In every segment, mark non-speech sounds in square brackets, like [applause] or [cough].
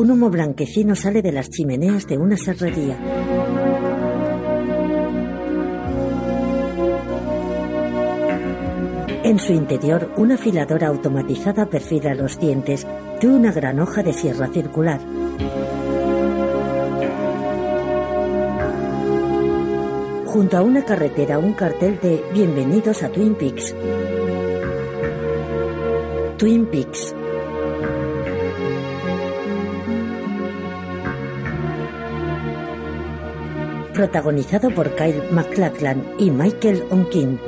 Un humo blanquecino sale de las chimeneas de una serrería. En su interior, una afiladora automatizada perfila los dientes de una gran hoja de sierra circular. Junto a una carretera, un cartel de Bienvenidos a Twin Peaks. Twin Peaks. Protagonizado por Kyle MacLachlan y Michael Onkin.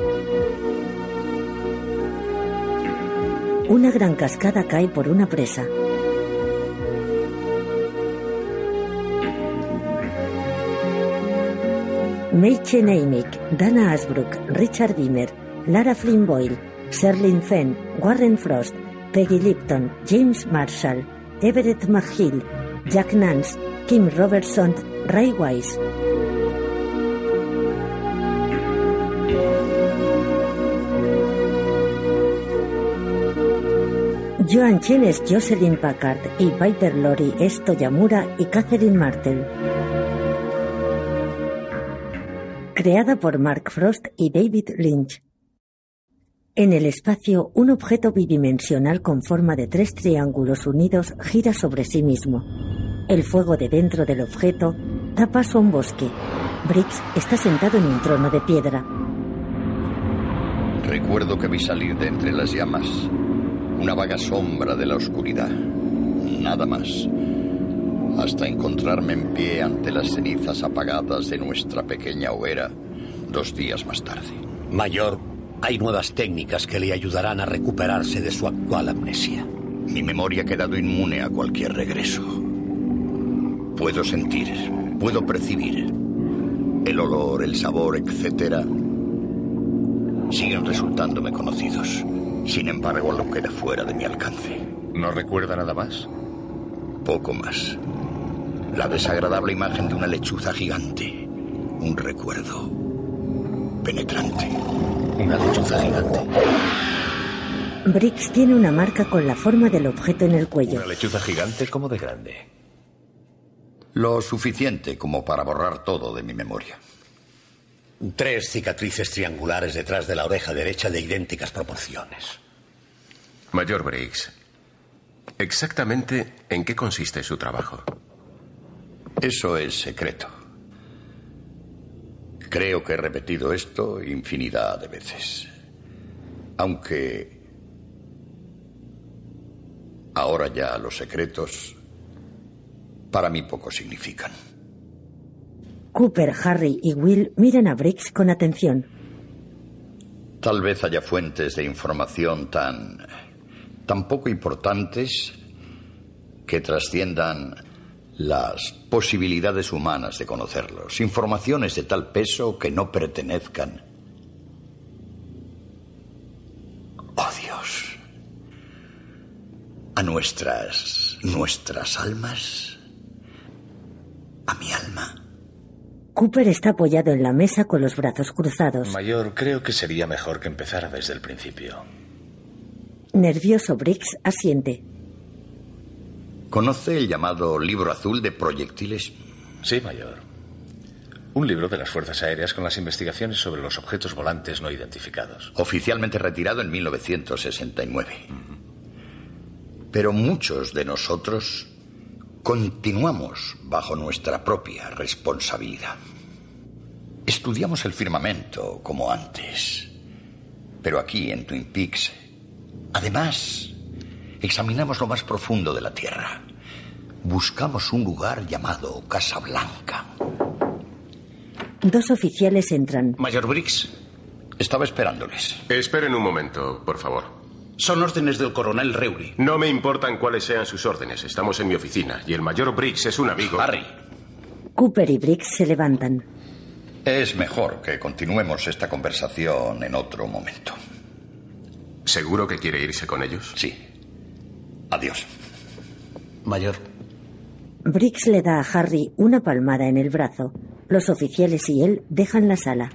Una gran cascada cae por una presa. Meitchen Amick, Dana Ashbrook, Richard Dimmer, Lara Flynn Boyle, Sherlyn Fenn, Warren Frost, Peggy Lipton, James Marshall, Everett McGill, Jack Nance, Kim Robertson, Ray Wise. Joan Chen es Jocelyn Packard y Piper Lori es Toyamura y Catherine Martel. Creada por Mark Frost y David Lynch. En el espacio, un objeto bidimensional con forma de tres triángulos unidos gira sobre sí mismo. El fuego de dentro del objeto da paso a un bosque. Briggs está sentado en un trono de piedra. Recuerdo que vi salir de entre las llamas una vaga sombra de la oscuridad. Nada más. Hasta encontrarme en pie ante las cenizas apagadas de nuestra pequeña hoguera dos días más tarde. Mayor, hay nuevas técnicas que le ayudarán a recuperarse de su actual amnesia. Mi memoria ha quedado inmune a cualquier regreso. Puedo sentir, puedo percibir. El olor, el sabor, etcétera, siguen resultándome conocidos. Sin embargo, lo queda fuera de mi alcance. ¿No recuerda nada más? Poco más. La desagradable imagen de una lechuza gigante. Un recuerdo penetrante. Una lechuza gigante. Briggs tiene una marca con la forma del objeto en el cuello. ¿Una lechuza gigante como de grande? Lo suficiente como para borrar todo de mi memoria. Tres cicatrices triangulares detrás de la oreja derecha de idénticas proporciones. Mayor Briggs, exactamente en qué consiste su trabajo. Eso es secreto. Creo que he repetido esto infinidad de veces. Aunque ahora ya los secretos para mí poco significan. Cooper, Harry y Will miran a Briggs con atención. Tal vez haya fuentes de información tan. tan poco importantes que trasciendan las posibilidades humanas de conocerlos. Informaciones de tal peso que no pertenezcan. Oh Dios. A nuestras. nuestras almas. A mi alma. Cooper está apoyado en la mesa con los brazos cruzados. Mayor, creo que sería mejor que empezara desde el principio. Nervioso, Briggs asiente. ¿Conoce el llamado libro azul de proyectiles? Sí, mayor. Un libro de las Fuerzas Aéreas con las investigaciones sobre los objetos volantes no identificados. Oficialmente retirado en 1969. Pero muchos de nosotros continuamos bajo nuestra propia responsabilidad. Estudiamos el firmamento como antes, pero aquí en Twin Peaks, además, examinamos lo más profundo de la Tierra. Buscamos un lugar llamado Casa Blanca. Dos oficiales entran. Mayor Briggs, estaba esperándoles. Esperen un momento, por favor. Son órdenes del coronel Reury. No me importan cuáles sean sus órdenes. Estamos en mi oficina y el mayor Briggs es un amigo. Harry, Cooper y Briggs se levantan. Es mejor que continuemos esta conversación en otro momento. ¿Seguro que quiere irse con ellos? Sí. Adiós. mayor. Briggs le da a Harry una palmada en el brazo. Los oficiales y él dejan la sala.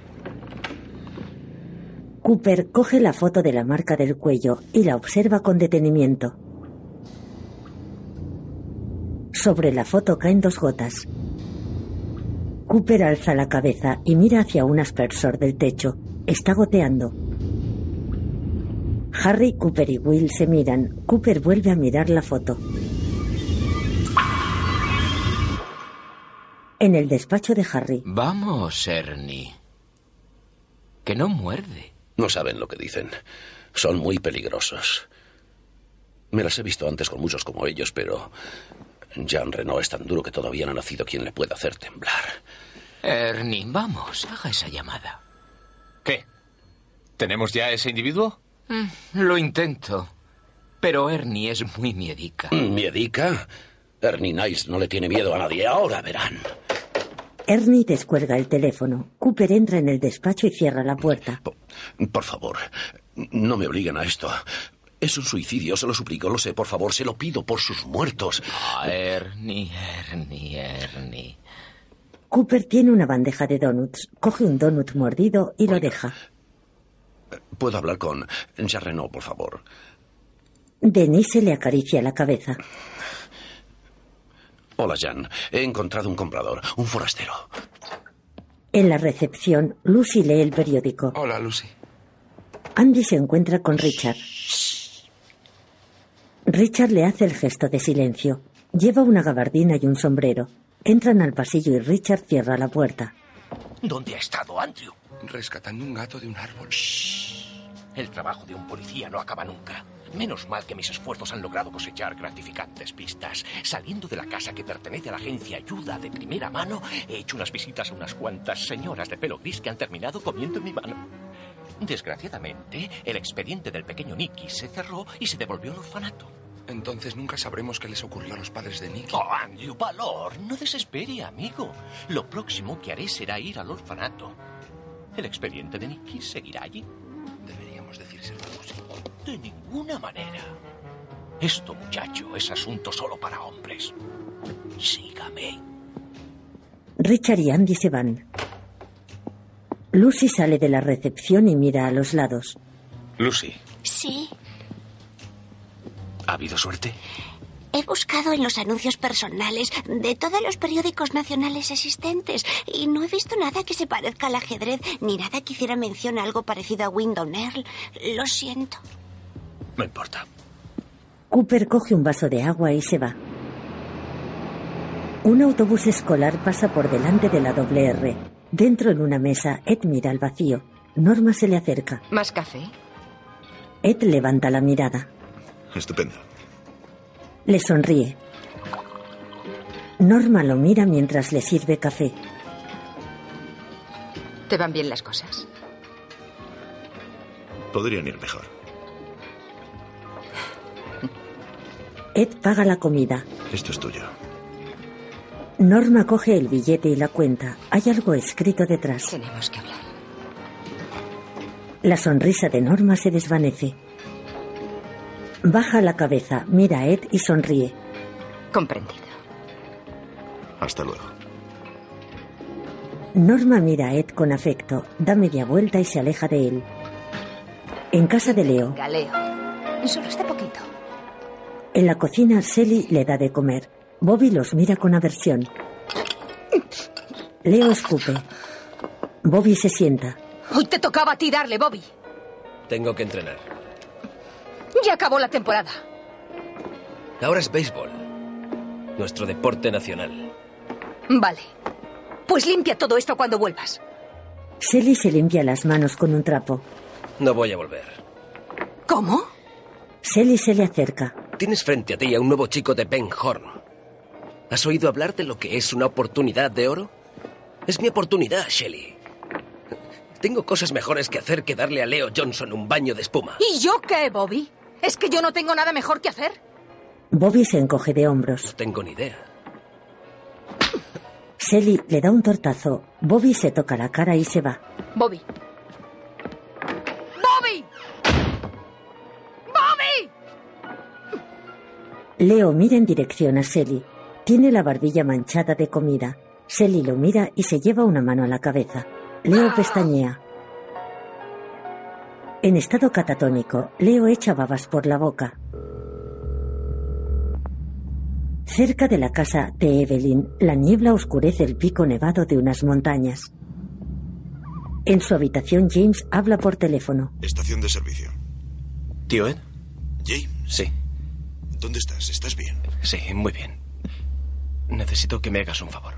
Cooper coge la foto de la marca del cuello y la observa con detenimiento. Sobre la foto caen dos gotas. Cooper alza la cabeza y mira hacia un aspersor del techo. Está goteando. Harry, Cooper y Will se miran. Cooper vuelve a mirar la foto. En el despacho de Harry, Vamos, Ernie. Que no muerde. No saben lo que dicen. Son muy peligrosos. Me las he visto antes con muchos como ellos, pero Jean Renault es tan duro que todavía no ha nacido quien le pueda hacer temblar. Ernie, vamos, haga esa llamada. ¿Qué? ¿Tenemos ya ese individuo? Mm, Lo intento. Pero Ernie es muy miedica. ¿Miedica? Ernie Niles no le tiene miedo a nadie. Ahora verán. Ernie descuelga el teléfono. Cooper entra en el despacho y cierra la puerta. Po- Por favor, no me obliguen a esto. Es un suicidio, se lo suplico, lo sé, por favor, se lo pido por sus muertos. Ah, Ernie, Ernie, Ernie. Cooper tiene una bandeja de donuts. Coge un donut mordido y lo deja. ¿Puedo hablar con Jean Renault, por favor? Denise le acaricia la cabeza. Hola, Jean. He encontrado un comprador, un forastero. En la recepción, Lucy lee el periódico. Hola, Lucy. Andy se encuentra con Richard. Richard le hace el gesto de silencio. Lleva una gabardina y un sombrero. Entran al pasillo y Richard cierra la puerta. ¿Dónde ha estado Andrew? Rescatando un gato de un árbol. El trabajo de un policía no acaba nunca. Menos mal que mis esfuerzos han logrado cosechar gratificantes pistas. Saliendo de la casa que pertenece a la agencia Ayuda de primera mano, he hecho unas visitas a unas cuantas señoras de pelo gris que han terminado comiendo en mi mano. Desgraciadamente, el expediente del pequeño Nicky se cerró y se devolvió al orfanato. Entonces nunca sabremos qué les ocurrió a los padres de Nick. Oh, Andrew Valor, no desespere, amigo. Lo próximo que haré será ir al orfanato. El expediente de Nicky seguirá allí. Deberíamos decírselo a Lucy. De ninguna manera. Esto, muchacho, es asunto solo para hombres. Sígame. Richard y Andy se van. Lucy sale de la recepción y mira a los lados. Lucy, Sí, ¿ha habido suerte? he buscado en los anuncios personales de todos los periódicos nacionales existentes y no he visto nada que se parezca al ajedrez ni nada que hiciera mención a algo parecido a Windown Earl. Lo siento. No importa. Cooper coge un vaso de agua y se va. Un autobús escolar pasa por delante de la doble R. Dentro en una mesa, Ed mira al vacío. Norma se le acerca. ¿Más café? Ed levanta la mirada. Estupendo. Le sonríe. Norma lo mira mientras le sirve café. ¿Te van bien las cosas? Podrían ir mejor. Ed paga la comida. Esto es tuyo. Norma coge el billete y la cuenta. Hay algo escrito detrás. Tenemos que hablar. La sonrisa de Norma se desvanece. Baja la cabeza, mira a Ed y sonríe. Comprendido. Hasta luego. Norma mira a Ed con afecto, da media vuelta y se aleja de él. En casa de Leo, Galeo. Solo está poquito. en la cocina, Sally le da de comer. Bobby los mira con aversión. Leo escupe. Bobby se sienta. Hoy te tocaba a ti darle, Bobby. Tengo que entrenar. Ya acabó la temporada. Ahora es béisbol. Nuestro deporte nacional. Vale. Pues limpia todo esto cuando vuelvas. Sally se limpia las manos con un trapo. No voy a volver. ¿Cómo? Sally se le acerca. Tienes frente a ti a un nuevo chico de Ben Horn. ¿Has oído hablar de lo que es una oportunidad de oro? Es mi oportunidad, Shelley. Tengo cosas mejores que hacer que darle a Leo Johnson un baño de espuma. ¿Y yo qué, Bobby? ¿Es que yo no tengo nada mejor que hacer? Bobby se encoge de hombros. No tengo ni idea. Sally le da un tortazo. Bobby se toca la cara y se va. Bobby. ¡Bobby! ¡Bobby! Leo mira en dirección a Sally. Tiene la barbilla manchada de comida. Sally lo mira y se lleva una mano a la cabeza. Leo pestañea. En estado catatónico, Leo echa babas por la boca. Cerca de la casa de Evelyn, la niebla oscurece el pico nevado de unas montañas. En su habitación, James habla por teléfono. Estación de servicio. ¿Tío Ed? Jay, Sí, ¿dónde estás? ¿Estás bien? sí, muy bien. Necesito que me hagas un favor.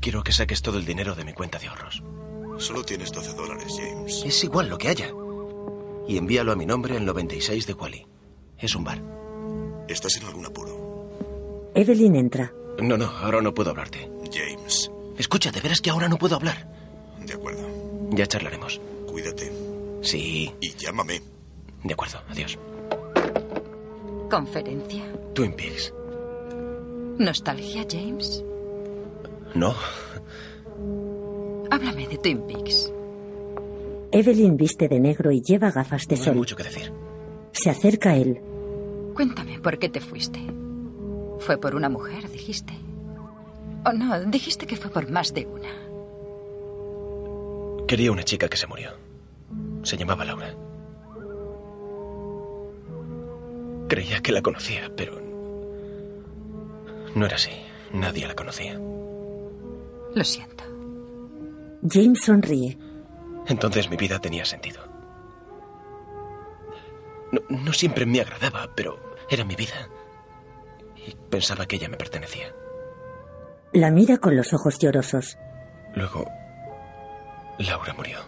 Quiero que saques todo el dinero de mi cuenta de ahorros. Solo tienes 12 dólares, James. Es igual lo que haya. Y envíalo a mi nombre al 96 de Wally. Es un bar. ¿Estás en algún apuro? Evelyn entra. No, no, ahora no puedo hablarte. James. Escucha, de veras que ahora no puedo hablar. De acuerdo. Ya charlaremos. Cuídate. Sí. Y llámame. De acuerdo, adiós. Conferencia. Twin Peaks. Nostalgia, James. No. Háblame de Twin Peaks. Evelyn viste de negro y lleva gafas de No hay sol. mucho que decir. Se acerca a él. Cuéntame, ¿por qué te fuiste? Fue por una mujer, dijiste. O Oh, no, dijiste que fue por más de una. Quería una chica que se murió. Se llamaba Laura. Creía que la conocía, pero... No era así. Nadie la conocía. Lo siento. James sonríe. Entonces mi vida tenía sentido. No, no siempre me agradaba, pero era mi vida. Y pensaba que ella me pertenecía. La mira con los ojos llorosos. Luego, Laura murió.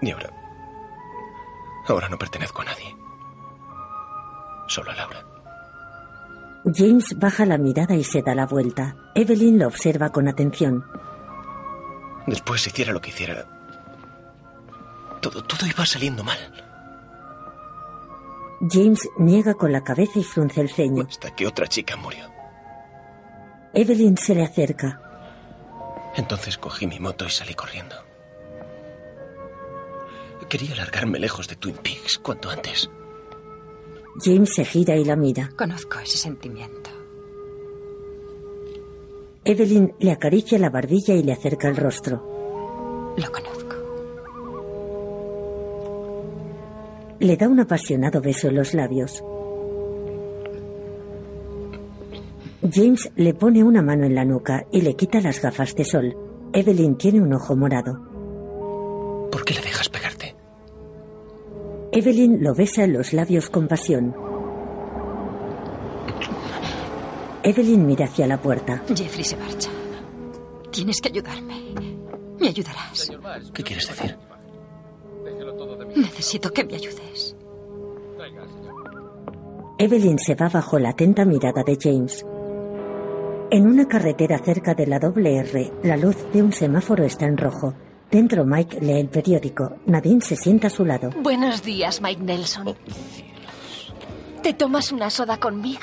Y ahora... Ahora no pertenezco a nadie. Solo a Laura. James baja la mirada y se da la vuelta. Evelyn lo observa con atención. Después hiciera lo que hiciera. Todo, todo iba saliendo mal. James niega con la cabeza y frunce el ceño. Pues Hasta que otra chica murió. Evelyn se le acerca. Entonces cogí mi moto y salí corriendo. Quería largarme lejos de Twin Peaks cuanto antes. James se gira y la mira. Conozco ese sentimiento. Evelyn le acaricia la barbilla y le acerca el rostro. Lo conozco. Le da un apasionado beso en los labios. James le pone una mano en la nuca y le quita las gafas de sol. Evelyn tiene un ojo morado. ¿Por qué le dejas pegarte? Evelyn lo besa en los labios con pasión. Evelyn mira hacia la puerta. Jeffrey se marcha. Tienes que ayudarme. Me ayudarás. ¿Qué quieres decir? Necesito que me ayudes. Evelyn se va bajo la atenta mirada de James. En una carretera cerca de la doble R, la luz de un semáforo está en rojo. Dentro Mike lee el periódico. Nadine se sienta a su lado. Buenos días, Mike Nelson. ¿Te tomas una soda conmigo?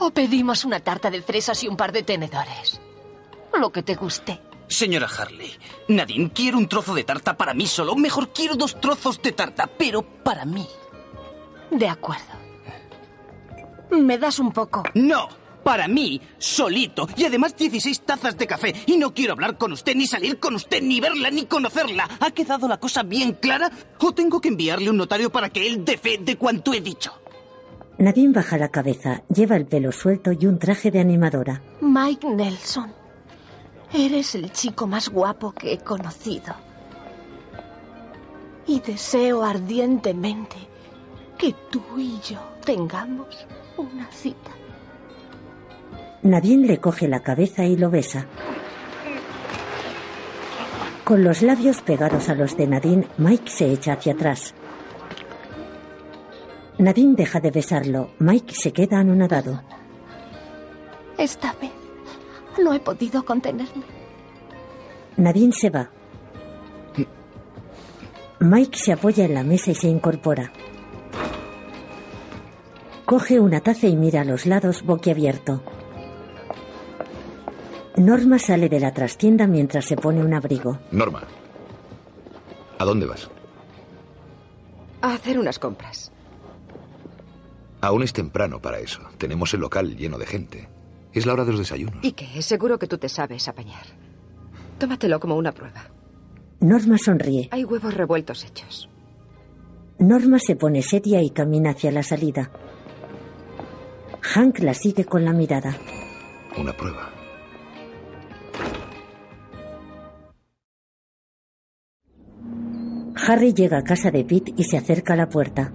¿O pedimos una tarta de fresas y un par de tenedores? Lo que te guste. Señora Harley, Nadine, quiero un trozo de tarta para mí solo. Mejor quiero dos trozos de tarta, pero para mí. De acuerdo. Me das un poco. No, para mí, solito. Y además 16 tazas de café. Y no quiero hablar con usted, ni salir con usted, ni verla, ni conocerla. ¿Ha quedado la cosa bien clara? ¿O tengo que enviarle un notario para que él dé fe de cuanto he dicho? Nadine baja la cabeza, lleva el pelo suelto y un traje de animadora. Mike Nelson, eres el chico más guapo que he conocido. Y deseo ardientemente que tú y yo tengamos una cita. Nadine le coge la cabeza y lo besa. Con los labios pegados a los de Nadine, Mike se echa hacia atrás. Nadine deja de besarlo. Mike se queda anonadado. Esta vez no he podido contenerme. Nadine se va. Mike se apoya en la mesa y se incorpora. Coge una taza y mira a los lados boquiabierto. Norma sale de la trastienda mientras se pone un abrigo. Norma. ¿A dónde vas? A hacer unas compras. Aún es temprano para eso. Tenemos el local lleno de gente. Es la hora de los desayunos. ¿Y qué? Seguro que tú te sabes apañar. Tómatelo como una prueba. Norma sonríe. Hay huevos revueltos hechos. Norma se pone seria y camina hacia la salida. Hank la sigue con la mirada. Una prueba. Harry llega a casa de Pete y se acerca a la puerta.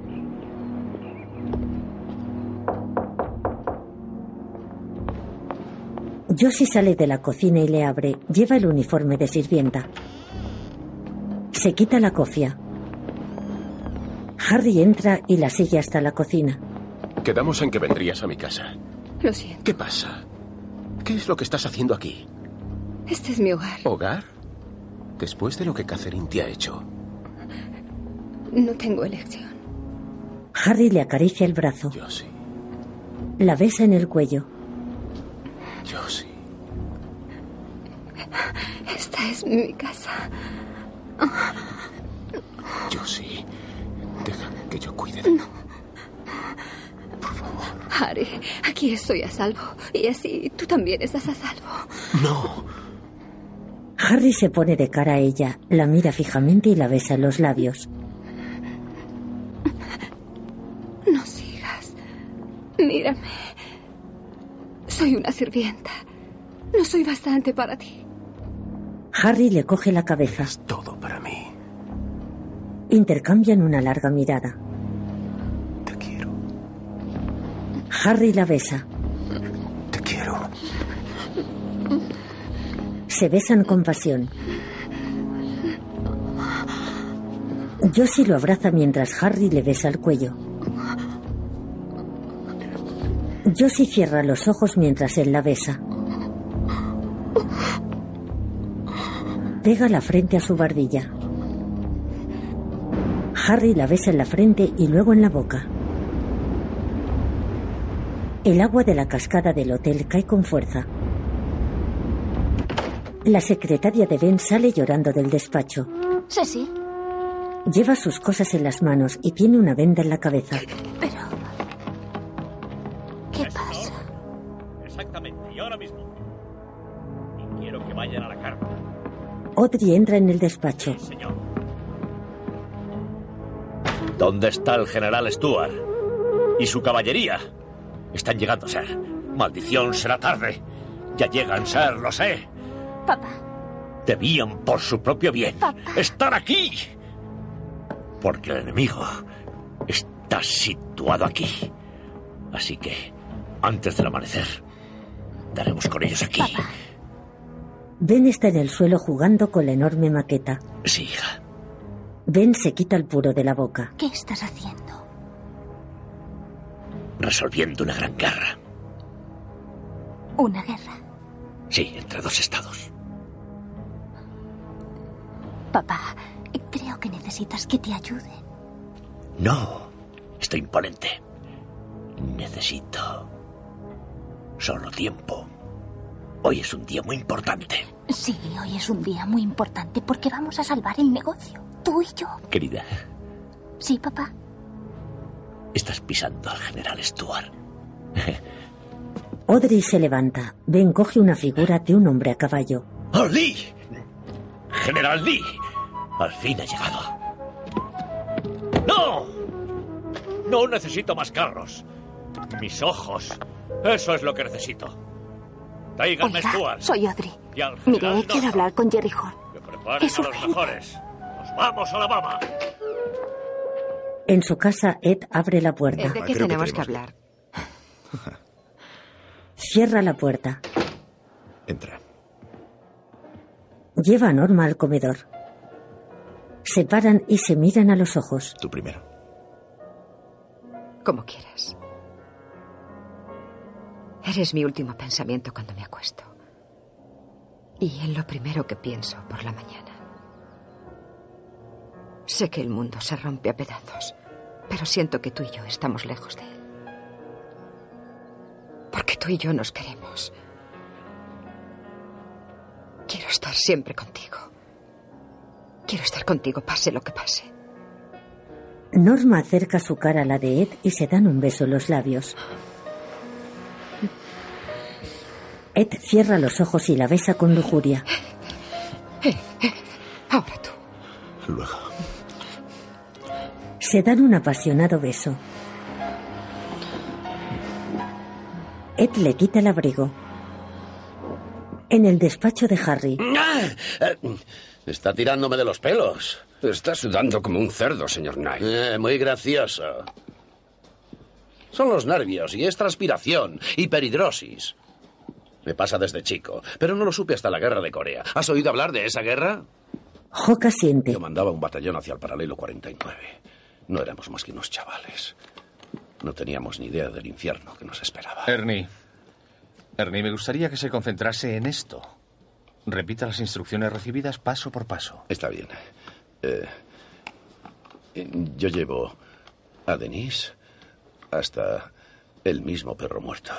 Josie sale de la cocina y le abre. Lleva el uniforme de sirvienta. Se quita la cofia. Harry entra y la sigue hasta la cocina. Quedamos en que vendrías a mi casa. Lo siento. ¿Qué pasa? ¿Qué es lo que estás haciendo aquí? Este es mi hogar. ¿Hogar? Después de lo que Catherine te ha hecho. No tengo elección. Harry le acaricia el brazo. Josie. La besa en el cuello. Josie. Esta es mi casa. Josie. Déjame que yo cuide de ti. Harry, aquí estoy a salvo. Y así tú también estás a salvo. No. Harry se pone de cara a ella, la mira fijamente y la besa en los labios. No sigas. Mírame. Soy una sirvienta. No soy bastante para ti. Harry le coge la cabeza. todo para mí. Intercambian una larga mirada. Te quiero. Harry la besa. Te quiero. Se besan con pasión. Josie lo abraza mientras Harry le besa el cuello. Josie cierra los ojos mientras él la besa. Pega la frente a su barbilla. Harry la besa en la frente y luego en la boca. El agua de la cascada del hotel cae con fuerza. La secretaria de Ben sale llorando del despacho. Ceci, Lleva sus cosas en las manos y tiene una venda en la cabeza. ¿qué pasa? Exactamente, y ahora mismo. Y quiero que vayan a la carta. Audrey entra en el despacho. ¿Dónde está el general Stuart? ¿Y su caballería? Están llegando, Sir. Maldición, será tarde. Ya llegan, Sir, lo sé. Papá, Debían, por su propio bien, estar aquí. Porque el enemigo está situado aquí. Así que, antes del amanecer, daremos con ellos aquí. Ben está en el suelo jugando con la enorme maqueta. Sí, hija. Ben se quita el puro de la boca. ¿qué estás haciendo? Resolviendo una gran guerra. Una guerra. Sí, entre dos estados. Papá, creo que necesitas que te ayude. No, estoy imponente. Necesito solo tiempo. Hoy es un día muy importante. Sí, hoy es un día muy importante porque vamos a salvar el negocio. Tú y yo. Querida, Sí, papá. estás pisando al general Stuart. [laughs] Audrey se levanta. Ben coge una figura de un hombre a caballo. ¡Oh, Lee! ¡General Lee! Al fin ha llegado. ¡No! No necesito más carros. Mis ojos. Eso es lo que necesito. Tráiganme Oiga, Stuart. soy Audrey. Y al general Mire, quiero Norton. hablar con Jerry Hall. Preparen es a los urgente. mejores. ¡Nos vamos a la mama! En su casa, Ed abre la puerta. Eh, ¿De qué tenemos Ah, que hablar? Cierra la puerta. Entra. Lleva a Norma al comedor. Se paran y se miran a los ojos. Tú primero. Como quieras. Eres mi último pensamiento cuando me acuesto. Y es lo primero que pienso por la mañana. Sé que el mundo se rompe a pedazos, pero siento que tú y yo estamos lejos de él. Porque tú y yo nos queremos. Quiero estar siempre contigo. Quiero estar contigo, pase lo que pase. Norma acerca su cara a la de Ed y se dan un beso en los labios. Ed cierra los ojos y la besa con lujuria. Eh, eh, ahora tú. Luego. Se dan un apasionado beso. Ed le quita el abrigo. En el despacho de Harry, Ah, eh, Está tirándome de los pelos. Está sudando como un cerdo, señor Knight. muy gracioso. Son los nervios y es transpiración, hiperhidrosis. Me pasa desde chico, pero no lo supe hasta la guerra de Corea. ¿Has oído hablar de esa guerra? Joka siente. Yo mandaba un batallón hacia el paralelo 49. No éramos más que unos chavales. No teníamos ni idea del infierno que nos esperaba. Ernie. Ernie, me gustaría que se concentrase en esto. Repita las instrucciones recibidas paso por paso. Está bien. Eh, yo llevo a Denise hasta el mismo perro muerto.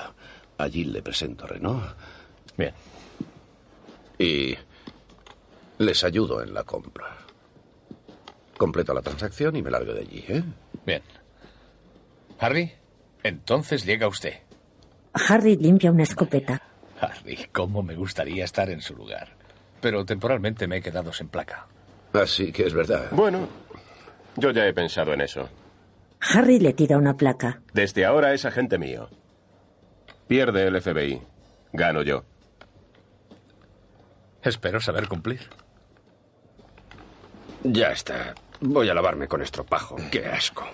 Allí le presento a Renault. Bien. Y les ayudo en la compra. Completo la transacción y me largo de allí, ¿eh? Bien. Harry, entonces llega usted. Harry limpia una escopeta. Harry, cómo me gustaría estar en su lugar. Pero temporalmente me he quedado sin placa. Así que es verdad. Bueno, yo ya he pensado en eso. Harry le tira una placa. Desde ahora es agente mío. Pierde el FBI. Gano yo. Espero saber cumplir. Ya está. Voy a lavarme con estropajo. Qué asco.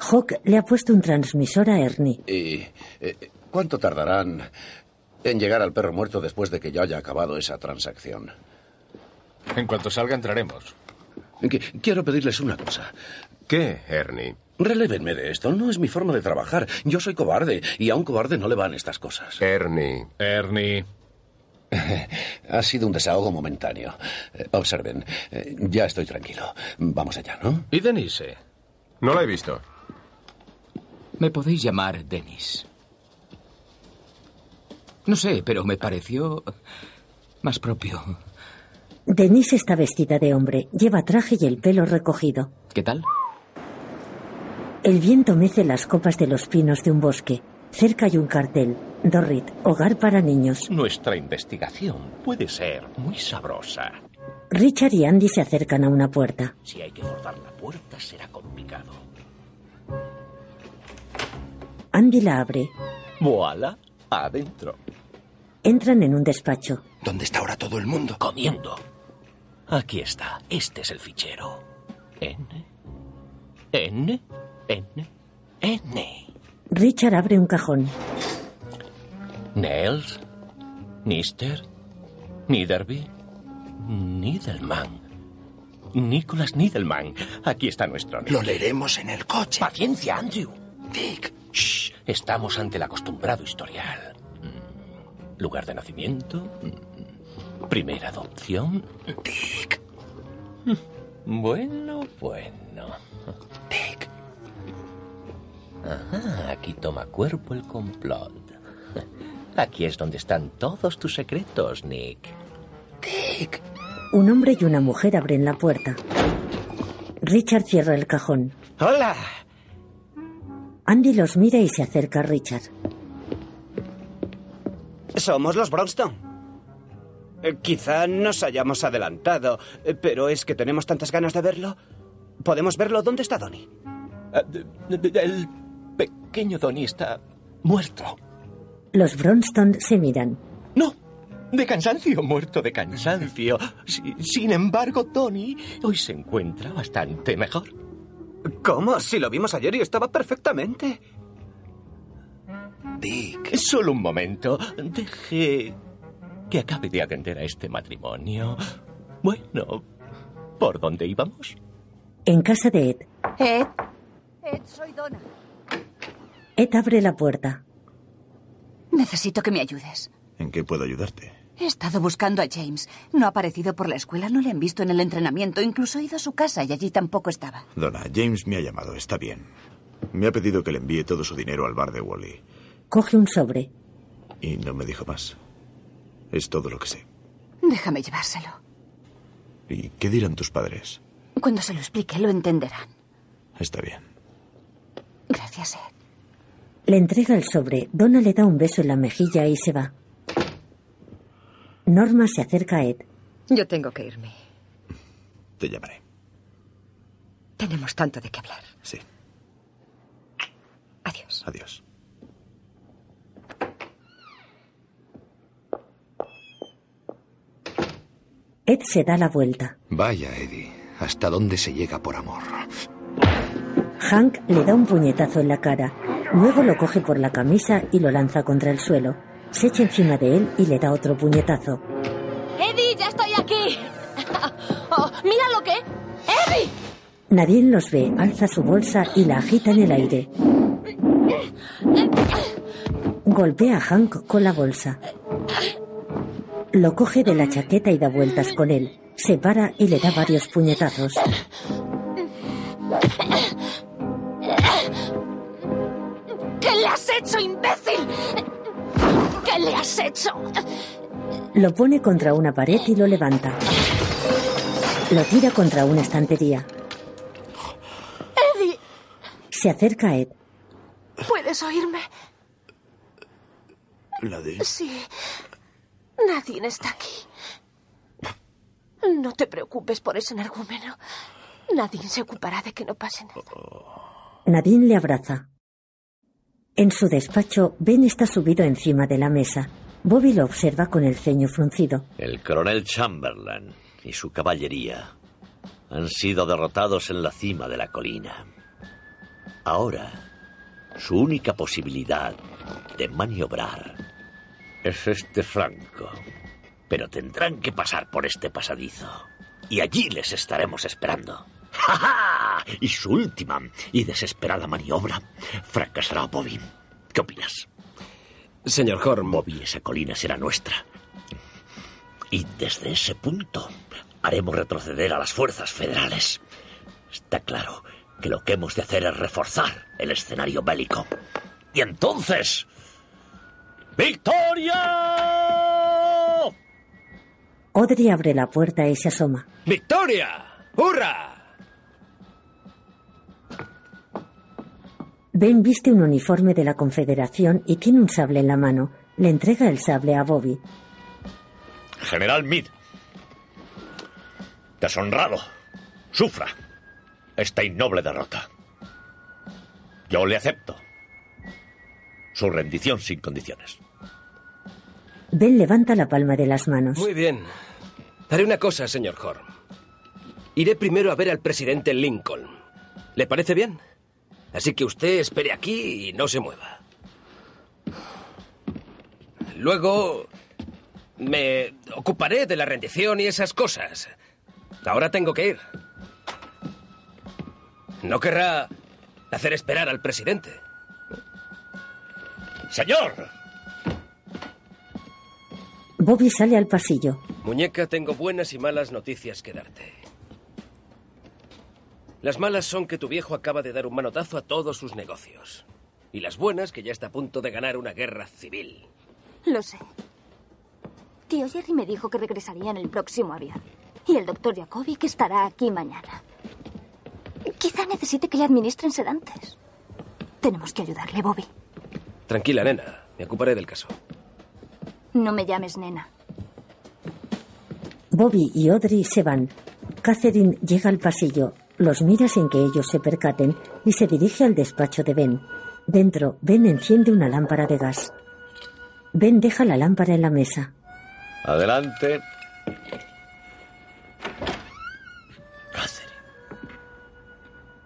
Hawk le ha puesto un transmisor a Ernie. ¿Y eh, cuánto tardarán en llegar al perro muerto después de que yo haya acabado esa transacción? En cuanto salga, entraremos. Quiero pedirles una cosa. ¿Qué, Ernie? Relévenme de esto. No es mi forma de trabajar. Yo soy cobarde y a un cobarde no le van estas cosas. Ernie. Ernie. Ha sido un desahogo momentáneo. Eh, Observen, eh, ya estoy tranquilo. Vamos allá, ¿no? ¿Y Denise? No la he visto. Me podéis llamar Dennis. No sé, pero me pareció más propio. Denise está vestida de hombre, lleva traje y el pelo recogido. ¿Qué tal? El viento mece las copas de los pinos de un bosque. Cerca hay un cartel. Dorrit, hogar para niños. Nuestra investigación puede ser muy sabrosa. Richard y Andy se acercan a una puerta. Si hay que forzar la puerta, será complicado. Andy la abre. Voilà, adentro. Entran en un despacho. ¿Dónde está ahora todo el mundo? Comiendo. Aquí está. Este es el fichero. N. N. N. N. Richard abre un cajón. Nels. Nister. Niderby. Nidelman. Nicholas Nidelman. Aquí está nuestro amigo. Lo leeremos en el coche. Paciencia, Andrew. Dick. Shh. Estamos ante el acostumbrado historial. Mm, Lugar de nacimiento. Mm, Primera adopción. Dick. Bueno, bueno. Dick. Ajá, aquí toma cuerpo el complot. Aquí es donde están todos tus secretos, Nick. Dick. Un hombre y una mujer abren la puerta. Richard cierra el cajón. ¡Hola! Andy los mira y se acerca a Richard. Somos los Bronston. Eh, Quizá nos hayamos adelantado, eh, pero es que tenemos tantas ganas de verlo. ¿Podemos verlo? ¿Dónde está Donnie? Ah, El pequeño Donnie está muerto. Los Bronston se miran. No, de cansancio, muerto de cansancio. Si- Sin embargo, Tony hoy se encuentra bastante mejor. ¿Cómo? Si lo vimos ayer y estaba perfectamente. Dick. Solo un momento. Deje que acabe de atender a este matrimonio. Bueno, ¿por dónde íbamos? En casa de Ed. Ed. Ed, soy Donna. Ed abre la puerta. Necesito que me ayudes. ¿En qué puedo ayudarte? He estado buscando a James. No ha aparecido por la escuela, no le han visto en el entrenamiento, incluso he ido a su casa y allí tampoco estaba. Donna, James me ha llamado, está bien. Me ha pedido que le envíe todo su dinero al bar de Wally. Coge un sobre. Y no me dijo más. Es todo lo que sé. Déjame llevárselo. ¿Y qué dirán tus padres? Cuando se lo explique, lo entenderán. Está bien. Gracias, Ed. Le entrega el sobre. Donna le da un beso en la mejilla y se va. Norma se acerca a Ed. Yo tengo que irme. Te llamaré. Tenemos tanto de qué hablar. Sí. Adiós. Adiós. Ed se da la vuelta. Vaya, Eddie. ¿Hasta dónde se llega por amor? Hank le da un puñetazo en la cara. Luego lo coge por la camisa y lo lanza contra el suelo. Se echa encima de él y le da otro puñetazo. ¡Eddie, ya estoy aquí! [laughs] Oh, ¡Mira lo que! ¡Eddie! Nadine los ve, alza su bolsa y la agita en el aire. Golpea a Hank con la bolsa. Lo coge de la chaqueta y da vueltas con él. Se para y le da varios puñetazos. ¿Qué le has hecho, imbécil? ¿Qué le has hecho? Lo pone contra una pared y lo levanta. Lo tira contra una estantería. Eddie, Se acerca a Ed. ¿puedes oírme? Sí. Nadie está aquí. No te preocupes por ese energúmeno. Nadie se ocupará de que no pase nada. Nadine le abraza. En su despacho, Ben está subido encima de la mesa. Bobby lo observa con el ceño fruncido. El coronel Chamberlain y su caballería han sido derrotados en la cima de la colina. Ahora, su única posibilidad de maniobrar es este flanco. Pero tendrán que pasar por este pasadizo. Y allí les estaremos esperando. [laughs] ¡Ja, ja! Y su última y desesperada maniobra fracasará, Bobby. ¿Qué opinas? Señor Horn. Bobby, esa colina será nuestra. Y desde ese punto haremos retroceder a las fuerzas federales. Está claro que lo que hemos de hacer es reforzar el escenario bélico. Y entonces... ¡Victoria! Audrey abre la puerta y se asoma. ¡Victoria! ¡Hurra! Ben viste un uniforme de la Confederación y tiene un sable en la mano. Le entrega el sable a Bobby. General Meade. Deshonrado. Sufra esta innoble derrota. Yo le acepto su rendición sin condiciones. Ben levanta la palma de las manos. Muy bien. Haré una cosa, señor Horn. Iré primero a ver al presidente Lincoln. ¿Le parece bien? Así que usted espere aquí y no se mueva. Luego me ocuparé de la rendición y esas cosas. Ahora tengo que ir. No querrá hacer esperar al presidente. Señor, Bobby sale al pasillo. Muñeca, tengo buenas y malas noticias que darte. Las malas son que tu viejo acaba de dar un manotazo a todos sus negocios. Y las buenas, que ya está a punto de ganar una guerra civil. Lo sé. Tío Jerry me dijo que regresaría en el próximo avión. Y el doctor Jacobi que estará aquí mañana. Quizá necesite que le administren sedantes. Tenemos que ayudarle, Bobby. Tranquila, nena. Me ocuparé del caso. No me llames nena. Bobby y Audrey se van. Catherine llega al pasillo, los mira sin que ellos se percaten y se dirige al despacho de Ben. Dentro, Ben enciende una lámpara de gas. Ben deja la lámpara en la mesa. Adelante.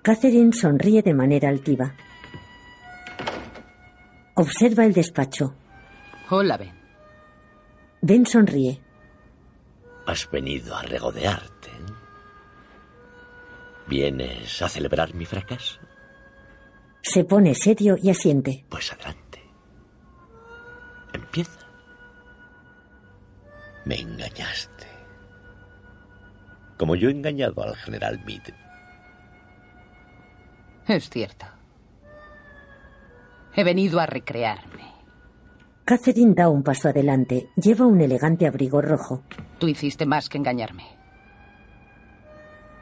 Catherine sonríe de manera altiva. Observa el despacho. Hola, Ben. Ben sonríe. Has venido a regodearte. ¿Vienes a celebrar mi fracaso? Se pone serio y asiente. Pues adelante. Empieza. Me engañaste. Como yo he engañado al general Meade. Es cierto. He venido a recrearme. Catherine da un paso adelante. Lleva un elegante abrigo rojo. Tú hiciste más que engañarme.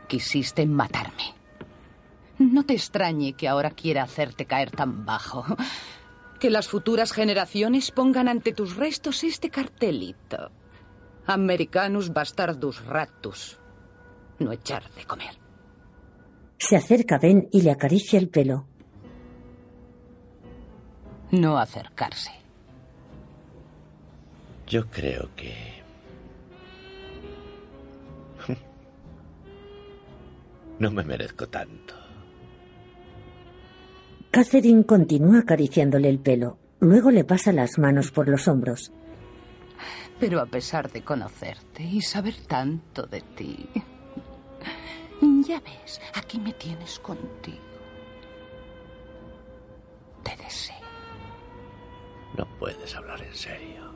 Quisiste matarme. No te extrañe que ahora quiera hacerte caer tan bajo. Que las futuras generaciones pongan ante tus restos este cartelito. Americanus bastardus ratus. No echar de comer. Se acerca Ben y le acaricia el pelo. No acercarse. Yo creo que... [laughs] No me merezco tanto. Catherine continúa acariciándole el pelo. Luego le pasa las manos por los hombros. Pero a pesar de conocerte y saber tanto de ti. Ya ves, aquí me tienes contigo. Te deseo. No puedes hablar en serio.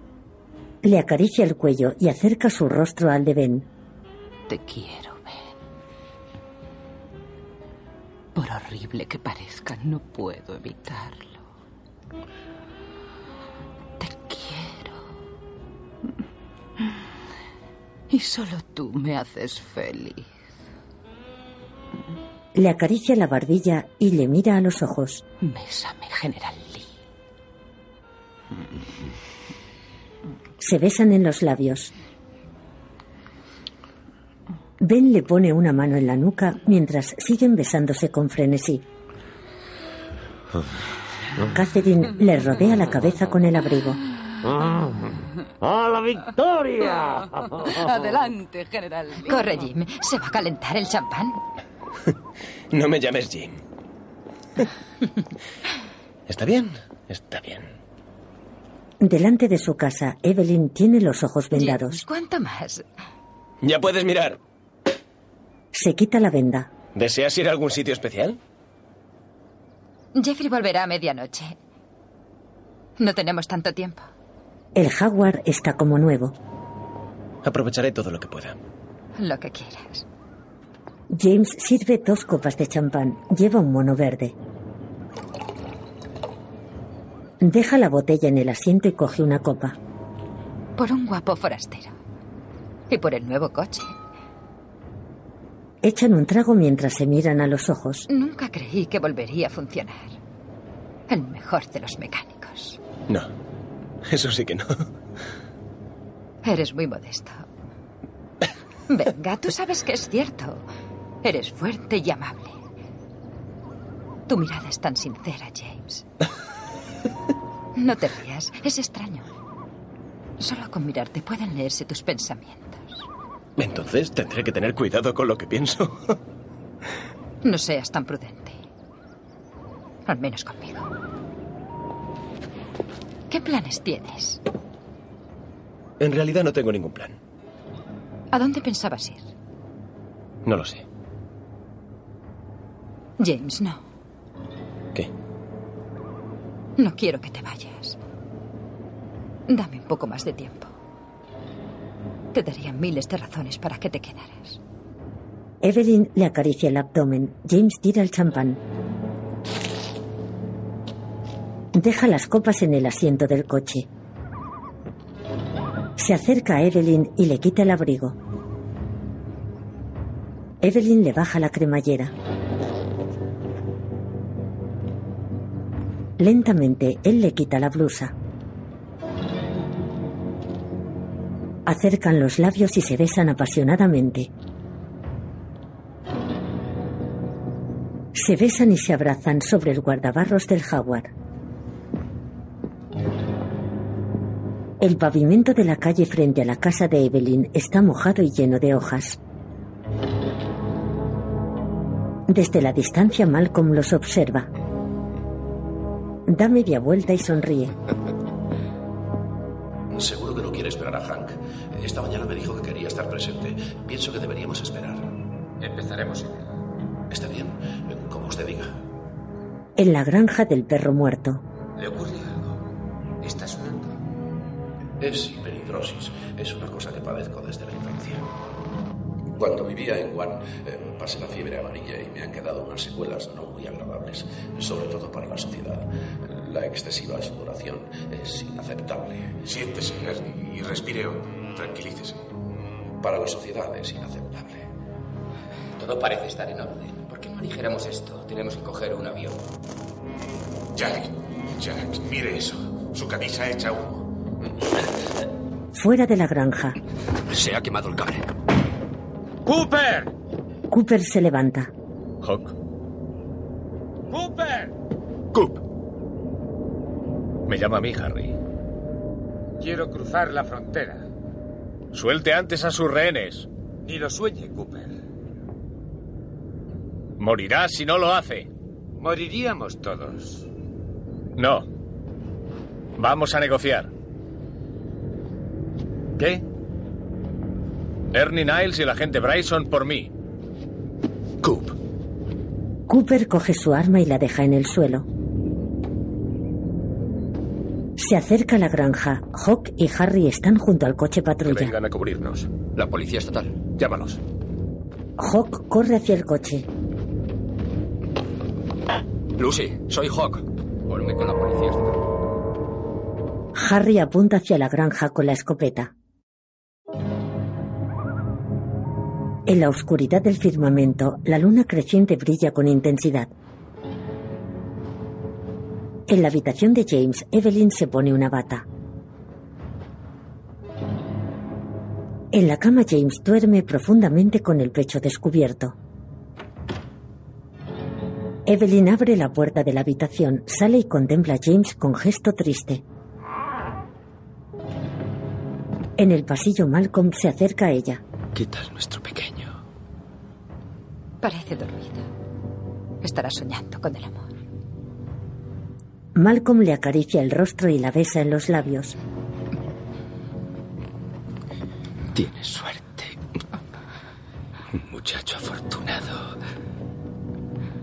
[laughs] Le acaricia el cuello y acerca su rostro al de Ben. Te quiero, Ben. Por horrible que parezca, no puedo evitarlo. Te quiero. Y solo tú me haces feliz. Le acaricia la barbilla y le mira a los ojos. Bésame, General Lee. Se besan en los labios. Ben le pone una mano en la nuca mientras siguen besándose con frenesí. Catherine le rodea la cabeza con el abrigo. ¡A ¡Ah, la victoria! Adelante, General Lee. Corre, Jim. ¿Se va a calentar el champán? No me llames Jim. [laughs] ¿Está bien? Está bien. Delante de su casa, Evelyn tiene los ojos vendados. Jim, ¿Cuánto más? Ya puedes mirar. Se quita la venda. ¿Deseas ir a algún sitio especial? Jeffrey volverá a medianoche. No tenemos tanto tiempo. El jaguar está como nuevo. Aprovecharé todo lo que pueda. Lo que quieras. James sirve dos copas de champán. Lleva un mono verde. Deja la botella en el asiento y coge una copa. Por un guapo forastero. Y por el nuevo coche. Echan un trago mientras se miran a los ojos. Nunca creí que volvería a funcionar. El mejor de los mecánicos. No. Eso sí que no. Eres muy modesto. Venga, tú sabes que es cierto. Eres fuerte y amable. Tu mirada es tan sincera, James. No te rías, es extraño. Solo con mirarte pueden leerse tus pensamientos. Entonces tendré que tener cuidado con lo que pienso. No seas tan prudente. Al menos conmigo. ¿Qué planes tienes? En realidad no tengo ningún plan. ¿A dónde pensabas ir? No lo sé. James, no. ¿Qué? No quiero que te vayas. Dame un poco más de tiempo. Te daría miles de razones para que te quedaras. Evelyn le acaricia el abdomen. James tira el champán. Deja las copas en el asiento del coche. Se acerca a Evelyn y le quita el abrigo. Evelyn le baja la cremallera. Lentamente él le quita la blusa. Acercan los labios y se besan apasionadamente. Se besan y se abrazan sobre el guardabarros del jaguar. El pavimento de la calle frente a la casa de Evelyn está mojado y lleno de hojas. Desde la distancia Malcolm los observa. Da media vuelta y sonríe. Seguro que no quiere esperar a Hank. Esta mañana me dijo que quería estar presente. Pienso que deberíamos esperar. Empezaremos sin él. Está bien, como usted diga. En la granja del perro muerto, ¿Le ocurre algo? ¿Está sonando? Es hiperhidrosis. Es una cosa que padezco desde la infancia. Cuando vivía en Guan, eh, pasé la fiebre amarilla y me han quedado unas secuelas no muy agradables, sobre todo para la sociedad. La excesiva sudoración es inaceptable. Siéntese y respire Tranquilícese. Para la sociedad es inaceptable. Todo parece estar en orden. ¿Por qué no aligeramos esto? Tenemos que coger un avión. Jack, Jack, mire eso. Su camisa hecha humo. fuera de la granja. Se ha quemado el cable. ¡Cooper! Cooper se levanta. Hawk, ¡Cooper! me llama a mí, Harry. Quiero cruzar la frontera. Suelte antes a sus rehenes. Ni lo sueñe, Cooper. Morirá si no lo hace. Moriríamos todos. No. Vamos a negociar. ¿Qué? Ernie Niles y el agente Bryson por mí. Cooper coge su arma y la deja en el suelo. Se acerca a la granja. Hawk y Harry están junto al coche Que patrulla. vengan a cubrirnos. La policía estatal. Llámalos. Hawk corre hacia el coche. Lucy, soy Hawk. Ponme con la policía estatal. Harry apunta hacia la granja con la escopeta. En la oscuridad del firmamento, la luna creciente brilla con intensidad. En la habitación de James, Evelyn se pone una bata. En la cama, James duerme profundamente con el pecho descubierto. Evelyn abre la puerta de la habitación, sale y contempla a James con gesto triste. En el pasillo, Malcolm se acerca a ella. ¿Qué tal nuestro pequeño? Parece dormido. Estará soñando con el amor. Malcolm le acaricia el rostro y la besa en los labios. Tienes suerte. Un muchacho afortunado.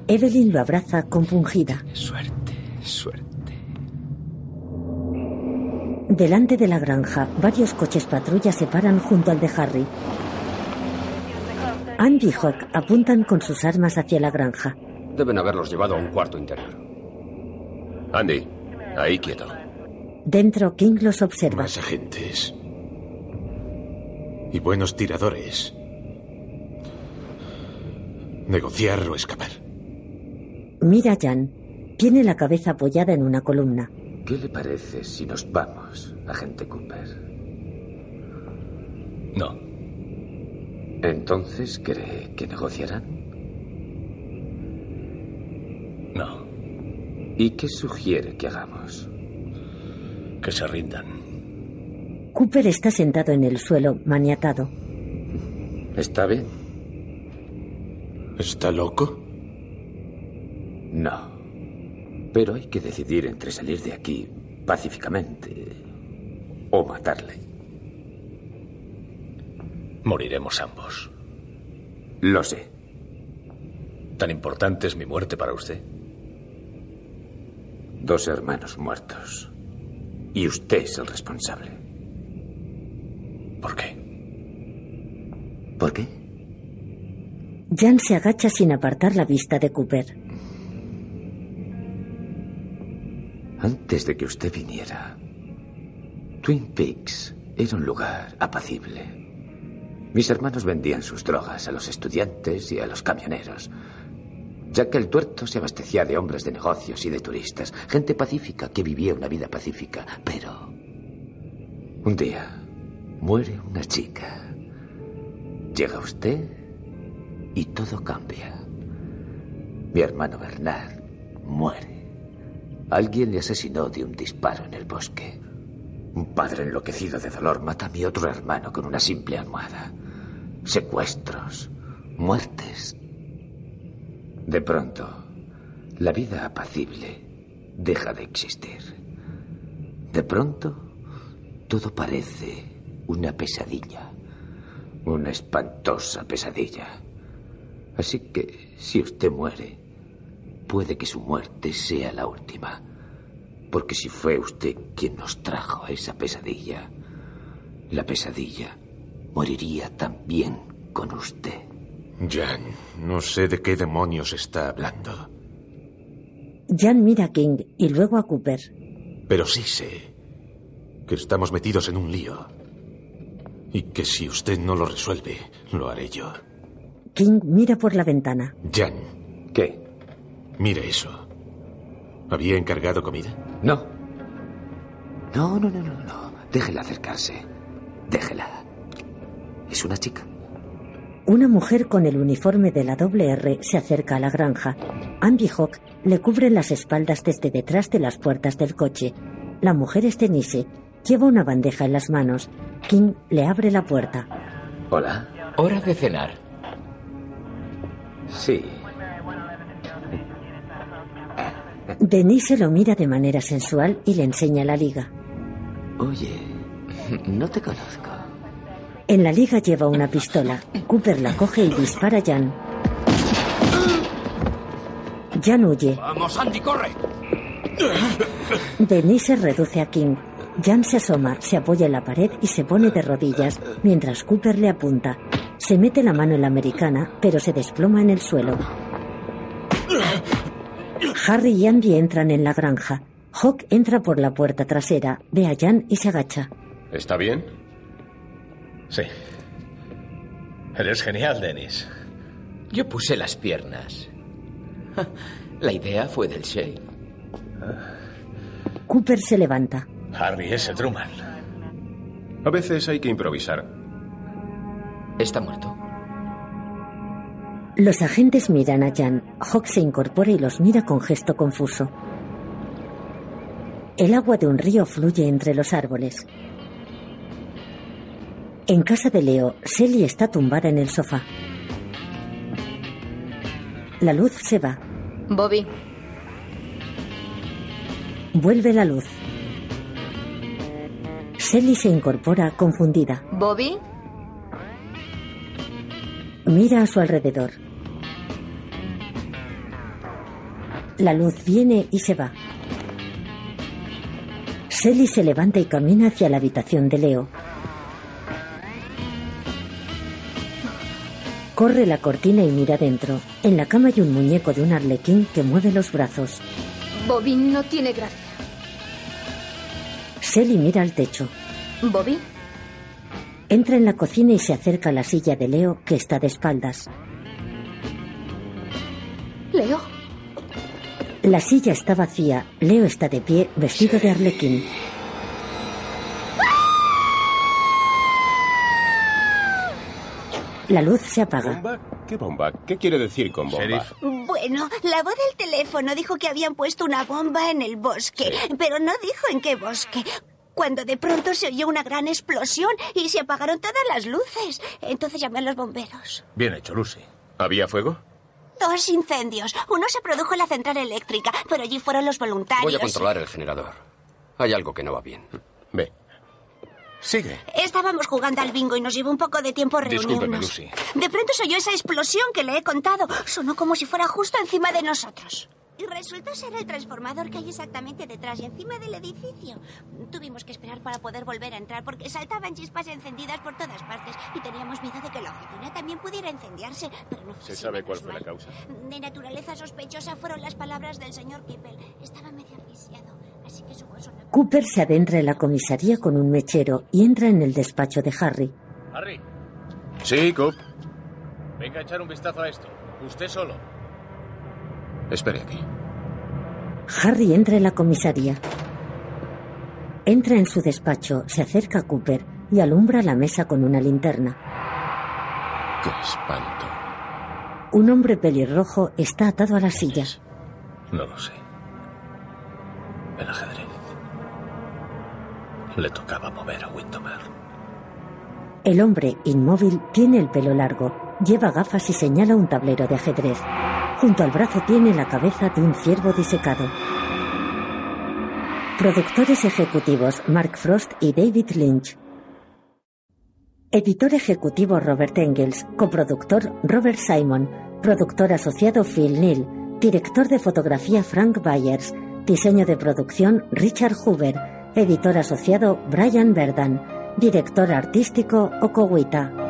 Evelyn lo abraza compungida. Suerte, suerte. Delante de la granja, varios coches patrulla se paran junto al de Harry. Andy y Hawk apuntan con sus armas hacia la granja. Deben haberlos llevado a un cuarto interior. Andy, ahí quieto. Dentro, King los observa. Más agentes. Y buenos tiradores. Negociar o escapar. Mira a Jan. Tiene la cabeza apoyada en una columna. ¿Qué le parece si nos vamos, agente Cooper? No. ¿Entonces cree que negociarán? No. ¿Y qué sugiere que hagamos? Que se rindan. Cooper está sentado en el suelo, maniatado. ¿Está bien? ¿Está loco? No. Pero hay que decidir entre salir de aquí pacíficamente o matarle. Moriremos ambos. Lo sé. ¿Tan importante es mi muerte para usted? Dos hermanos muertos. Y usted es el responsable. ¿Por qué? ¿Por qué? Jan se agacha sin apartar la vista de Cooper. Antes de que usted viniera, Twin Peaks era un lugar apacible. Mis hermanos vendían sus drogas a los estudiantes y a los camioneros, ya que el tuerto se abastecía de hombres de negocios y de turistas, gente pacífica que vivía una vida pacífica. Pero un día muere una chica. Llega usted y todo cambia. Mi hermano Bernard muere. Alguien le asesinó de un disparo en el bosque. Un padre enloquecido de dolor mata a mi otro hermano con una simple almohada. Secuestros, muertes. De pronto, la vida apacible deja de existir. De pronto, todo parece una pesadilla. Una espantosa pesadilla. Así que, si usted muere, puede que su muerte sea la última. Porque si fue usted quien nos trajo a esa pesadilla, la pesadilla moriría también con usted. Jan, no sé de qué demonios está hablando, Jan mira a King y luego a Cooper. pero sí sé que estamos metidos en un lío. Y que si usted no lo resuelve, lo haré yo. King mira por la ventana. Jan. ¿Qué? Mire eso. ¿Había encargado comida? No. No, no, no, no, no. Déjela acercarse. Déjela. Es una chica. Una mujer con el uniforme de la WR se acerca a la granja. Andy Hawk le cubre las espaldas desde detrás de las puertas del coche. La mujer es Denise. Lleva una bandeja en las manos. King le abre la puerta. Hola. Hora de cenar. Sí. Denise lo mira de manera sensual y le enseña la liga. Oye, no te conozco. En la liga lleva una pistola. Cooper la coge y dispara a Jan. Jan huye. Vamos, Andy, corre. Denise reduce a King. Jan se asoma, se apoya en la pared y se pone de rodillas, mientras Cooper le apunta. Se mete la mano en la americana, pero se desploma en el suelo. Harry y Andy entran en la granja. Hawk entra por la puerta trasera, ve a Jan y se agacha. ¿Está bien? Sí. Eres genial, Dennis. Yo puse las [laughs] piernas. La idea fue del Shane. Cooper se levanta. Harry ese Truman. A veces hay que improvisar. Está muerto. Los agentes miran a Jan. Hawk se incorpora y los mira con gesto confuso. El agua de un río fluye entre los árboles. En casa de Leo, Sally está tumbada en el sofá. La luz se va. Bobby, Vuelve la luz. Sally se incorpora confundida. Bobby, Mira a su alrededor. La luz viene y se va. Sally se levanta y camina hacia la habitación de Leo. Corre la cortina y mira dentro. En la cama hay un muñeco de un arlequín que mueve los brazos. Bobby no tiene gracia. Sally mira al techo. Bobby, Entra en la cocina y se acerca a la silla de Leo que está de espaldas. Leo, La silla está vacía. Leo está de pie, vestido de arlequín. La luz se apaga. ¿Bomba? ¿Qué bomba? ¿Qué quiere decir con bomba? Bueno, la voz del teléfono dijo que habían puesto una bomba en el bosque, pero no dijo en qué bosque. Cuando de pronto se oyó una gran explosión y se apagaron todas las luces. Entonces llamé a los bomberos. Bien hecho, Lucy. ¿Había fuego? Dos incendios. Uno se produjo en la central eléctrica, pero allí fueron los voluntarios. Voy a controlar el generador. Hay algo que no va bien. Ve. Sigue. Estábamos jugando al bingo y nos llevó un poco de tiempo Discúlpeme, reunirnos. Lucy. De pronto se oyó esa explosión que le he contado. Sonó como si fuera justo encima de nosotros. Y resultó ser el transformador que hay exactamente detrás y encima del edificio. Tuvimos que esperar para poder volver a entrar porque saltaban chispas encendidas por todas partes y teníamos miedo de que la oficina también pudiera incendiarse, pero no fue Se así, sabe menos cuál fue la mal. causa. De naturaleza sospechosa fueron las palabras del señor Kippel. Estaba medio asfixiado, así que su voz sonaba- Cooper se adentra en la comisaría con un mechero y entra en el despacho de Harry. Harry, Sí, Coop. venga a echar un vistazo a esto. Usted solo. Espere aquí. Harry entra en la comisaría. Entra en su despacho, se acerca a Cooper y alumbra la mesa con una linterna. Qué espanto. Un hombre pelirrojo está atado a la silla. No lo sé. El ajedrez. Le tocaba mover a Windomer. El hombre, inmóvil, tiene el pelo largo, lleva gafas y señala un tablero de ajedrez. Junto al brazo tiene la cabeza de un ciervo disecado. Productores ejecutivos Mark Frost y David Lynch. Editor ejecutivo Robert Engels, coproductor Robert Simon, productor asociado Phil Neal, director de fotografía Frank Byers, diseño de producción Richard Hoover, editor asociado Brian Verdan, director artístico Okowita.